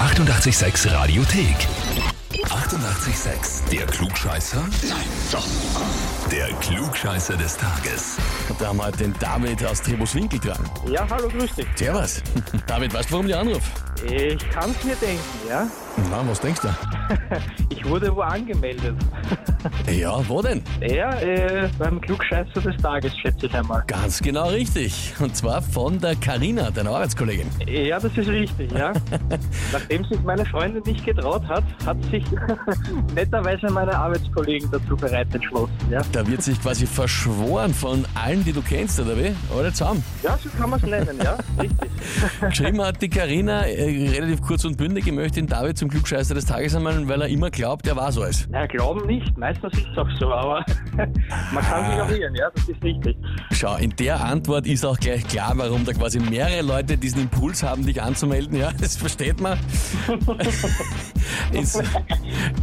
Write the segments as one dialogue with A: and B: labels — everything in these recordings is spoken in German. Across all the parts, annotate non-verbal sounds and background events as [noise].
A: 886 Radiothek. 88,6. Der Klugscheißer? Nein, doch. Der Klugscheißer des Tages.
B: Da haben wir den David aus Trebuswinkel dran.
C: Ja, hallo, grüß dich.
A: [laughs]
B: Servus. David, weißt du, warum ich anrufe?
C: Ich kann's mir denken, ja.
B: Na, was denkst du?
C: Ich wurde wo angemeldet.
B: Ja, wo denn?
C: Ja, äh, beim Klugscheißer des Tages, schätze ich einmal.
B: Ganz genau richtig. Und zwar von der Karina, deiner Arbeitskollegin.
C: Ja, das ist richtig, ja. Nachdem sich meine Freundin nicht getraut hat, hat sich [laughs] netterweise meine Arbeitskollegen dazu bereit entschlossen, ja.
B: Da wird sich quasi verschworen von allen, die du kennst, oder wie? Alle zusammen.
C: Ja, so kann man's nennen, ja. Richtig.
B: Geschrieben hat die Karina äh, relativ kurz und bündig, ich möchte den David zum Klugscheißer des Tages einmal, weil er immer glaubt, er war so alles.
C: Na, glauben nicht, meistens ist es auch so, aber [laughs] man kann sich auch irren, ja, das ist richtig.
B: Schau, in der Antwort ist auch gleich klar, warum da quasi mehrere Leute diesen Impuls haben, dich anzumelden. Ja, das versteht man. Ins,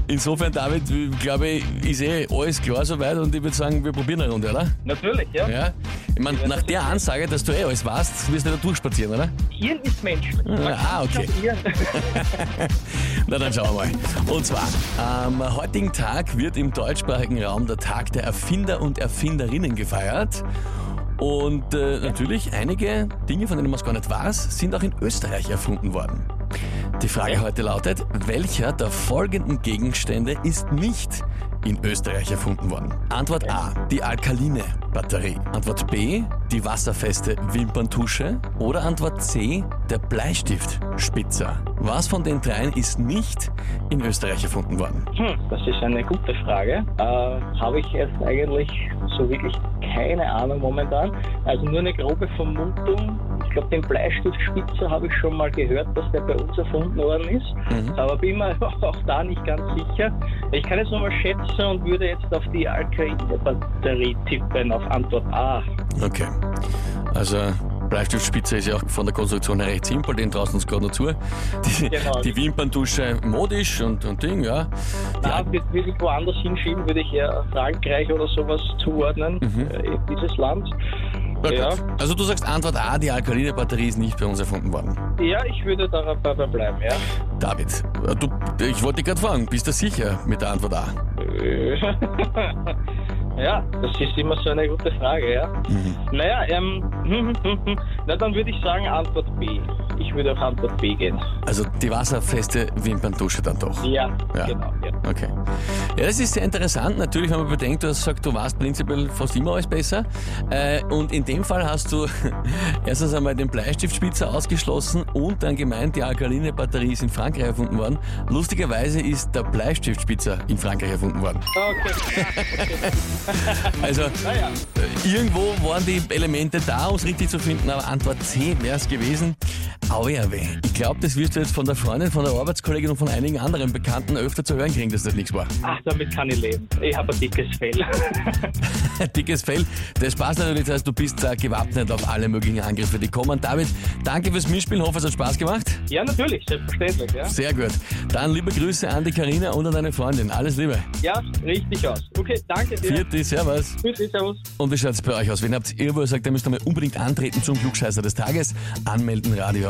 B: insofern, David, glaube ich, ist eh alles klar soweit und ich würde sagen, wir probieren eine Runde, oder?
C: Natürlich, ja.
B: Ja. Ich meine, nach der Ansage, dass du eh alles weißt, wirst du da durchspazieren, oder?
C: Hirn ist menschlich. Man
B: Ah,
C: kann sich
B: okay.
C: auch irren.
B: Na dann schauen wir mal. Und zwar, am heutigen Tag wird im deutschsprachigen Raum der Tag der Erfinder und Erfinderinnen gefeiert. Und äh, natürlich, einige Dinge, von denen man es gar nicht weiß, sind auch in Österreich erfunden worden. Die Frage heute lautet, welcher der folgenden Gegenstände ist nicht in Österreich erfunden worden? Antwort A, die alkaline Batterie. Antwort B, die wasserfeste Wimperntusche. Oder Antwort C, der Bleistiftspitzer. Was von den dreien ist nicht in Österreich erfunden worden?
C: Hm,
D: Das ist eine gute Frage. Äh, Habe ich jetzt eigentlich so wirklich keine Ahnung momentan. Also nur eine grobe Vermutung. Ich glaube, den Bleistiftspitzer habe ich schon mal gehört, dass der bei uns erfunden worden ist.
B: Mhm.
D: Aber bin mir [laughs] auch da nicht ganz sicher. Ich kann jetzt nochmal schätzen und würde jetzt auf die Alkaid-Batterie tippen, auf Antwort A.
B: Okay. Also Bleistiftspitze ist ja auch von der Konstruktion her recht simpel, den traust uns gerade noch zu. Die,
D: Genau.
B: die Wimperntusche modisch und, und Ding, ja. Die
D: Na, würde würd ich woanders hinschieben, würde ich eher Frankreich oder sowas zuordnen,
B: Mhm.
D: äh, in dieses Land.
B: Na
D: Ja.
B: gut. Also du sagst Antwort A, die alkaline Batterie ist nicht bei uns erfunden worden.
D: Ja, ich würde dabei bleiben, ja.
B: David, äh, du, ich wollte dich gerade fragen, bist du sicher mit der Antwort A?
D: Äh, [laughs] ja, das ist immer so eine gute Frage, ja.
B: Mhm.
D: Naja, ähm, [laughs] na dann würde ich sagen Antwort B. Ich würde auf Antwort B gehen.
B: Also die wasserfeste Wimperntusche dann doch.
D: Ja,
B: Ja.
D: genau. Ja.
B: Okay. Ja, das ist sehr interessant. Natürlich, wenn man bedenkt, du hast gesagt, du warst prinzipiell fast immer alles besser. Äh, und in dem Fall hast du [laughs] erstens einmal den Bleistiftspitzer ausgeschlossen und dann gemeint, die alkaline Batterie ist in Frankreich erfunden worden. Lustigerweise ist der Bleistiftspitzer in Frankreich erfunden worden.
D: Okay,
B: Also
D: naja.
B: äh, irgendwo waren die Elemente da, um es richtig zu finden, aber Antwort C wäre es gewesen. Auerweh. Ich glaube, das wirst du jetzt von der Freundin, von der Arbeitskollegin und von einigen anderen Bekannten öfter zu hören kriegen, dass das nichts war. [laughs]
D: Ach, damit kann ich leben. Ich habe ein dickes Fell. [laughs]
B: Dickes Fell. Das passt natürlich, das heißt, du bist da gewappnet auf alle möglichen Angriffe, die kommen. David, danke fürs Mitspielen, hoffe, es hat Spaß gemacht.
D: ja, natürlich, selbstverständlich, ja.
B: Sehr gut. Dann liebe Grüße an die Karina und an deine Freundin. Alles Liebe.
D: Ja, richtig aus. Okay, danke dir.
B: Vierte, Servus.
D: Tschüss, servus.
B: Und wie schaut's bei euch aus? Wen habt ihr, wo ihr sagt, ihr müsst einmal unbedingt antreten zum Klugscheißer des Tages? Anmelden, Radio